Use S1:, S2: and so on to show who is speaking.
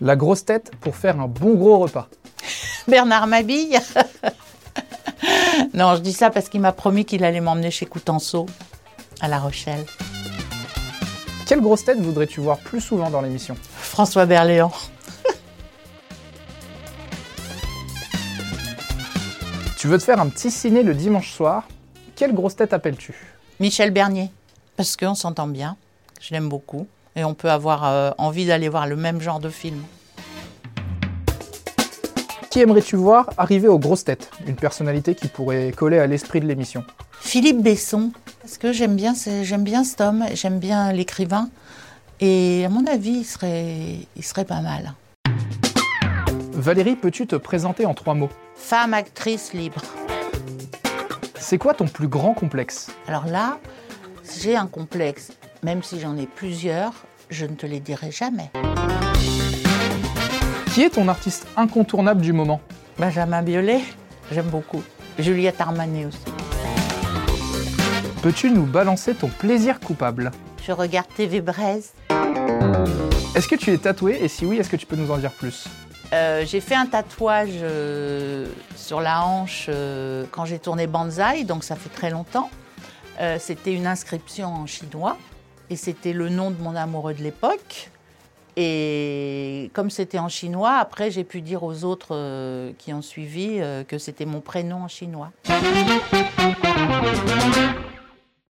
S1: la grosse tête pour faire un bon gros repas.
S2: Bernard Mabille Non, je dis ça parce qu'il m'a promis qu'il allait m'emmener chez Coutenceau, à La Rochelle.
S1: Quelle grosse tête voudrais-tu voir plus souvent dans l'émission
S2: François Berléand.
S1: Tu veux te faire un petit ciné le dimanche soir Quelle grosse tête appelles-tu
S2: Michel Bernier, parce qu'on s'entend bien, je l'aime beaucoup, et on peut avoir euh, envie d'aller voir le même genre de film.
S1: Qui aimerais-tu voir arriver aux grosses têtes Une personnalité qui pourrait coller à l'esprit de l'émission.
S2: Philippe Besson, parce que j'aime bien, ce- j'aime bien cet homme, j'aime bien l'écrivain, et à mon avis, il serait, il serait pas mal.
S1: Valérie, peux-tu te présenter en trois mots
S2: Femme actrice libre.
S1: C'est quoi ton plus grand complexe
S2: Alors là, j'ai un complexe, même si j'en ai plusieurs, je ne te les dirai jamais.
S1: Qui est ton artiste incontournable du moment
S2: Benjamin Biolay, j'aime beaucoup. Juliette Armanet aussi.
S1: Peux-tu nous balancer ton plaisir coupable
S2: Je regarde TV Brest.
S1: Est-ce que tu es tatoué Et si oui, est-ce que tu peux nous en dire plus
S2: Euh, j'ai fait un tatouage euh, sur la hanche euh, quand j'ai tourné Banzai, donc ça fait très longtemps. Euh, c'était une inscription en chinois et c'était le nom de mon amoureux de l'époque. Et comme c'était en chinois, après j'ai pu dire aux autres euh, qui ont suivi euh, que c'était mon prénom en chinois.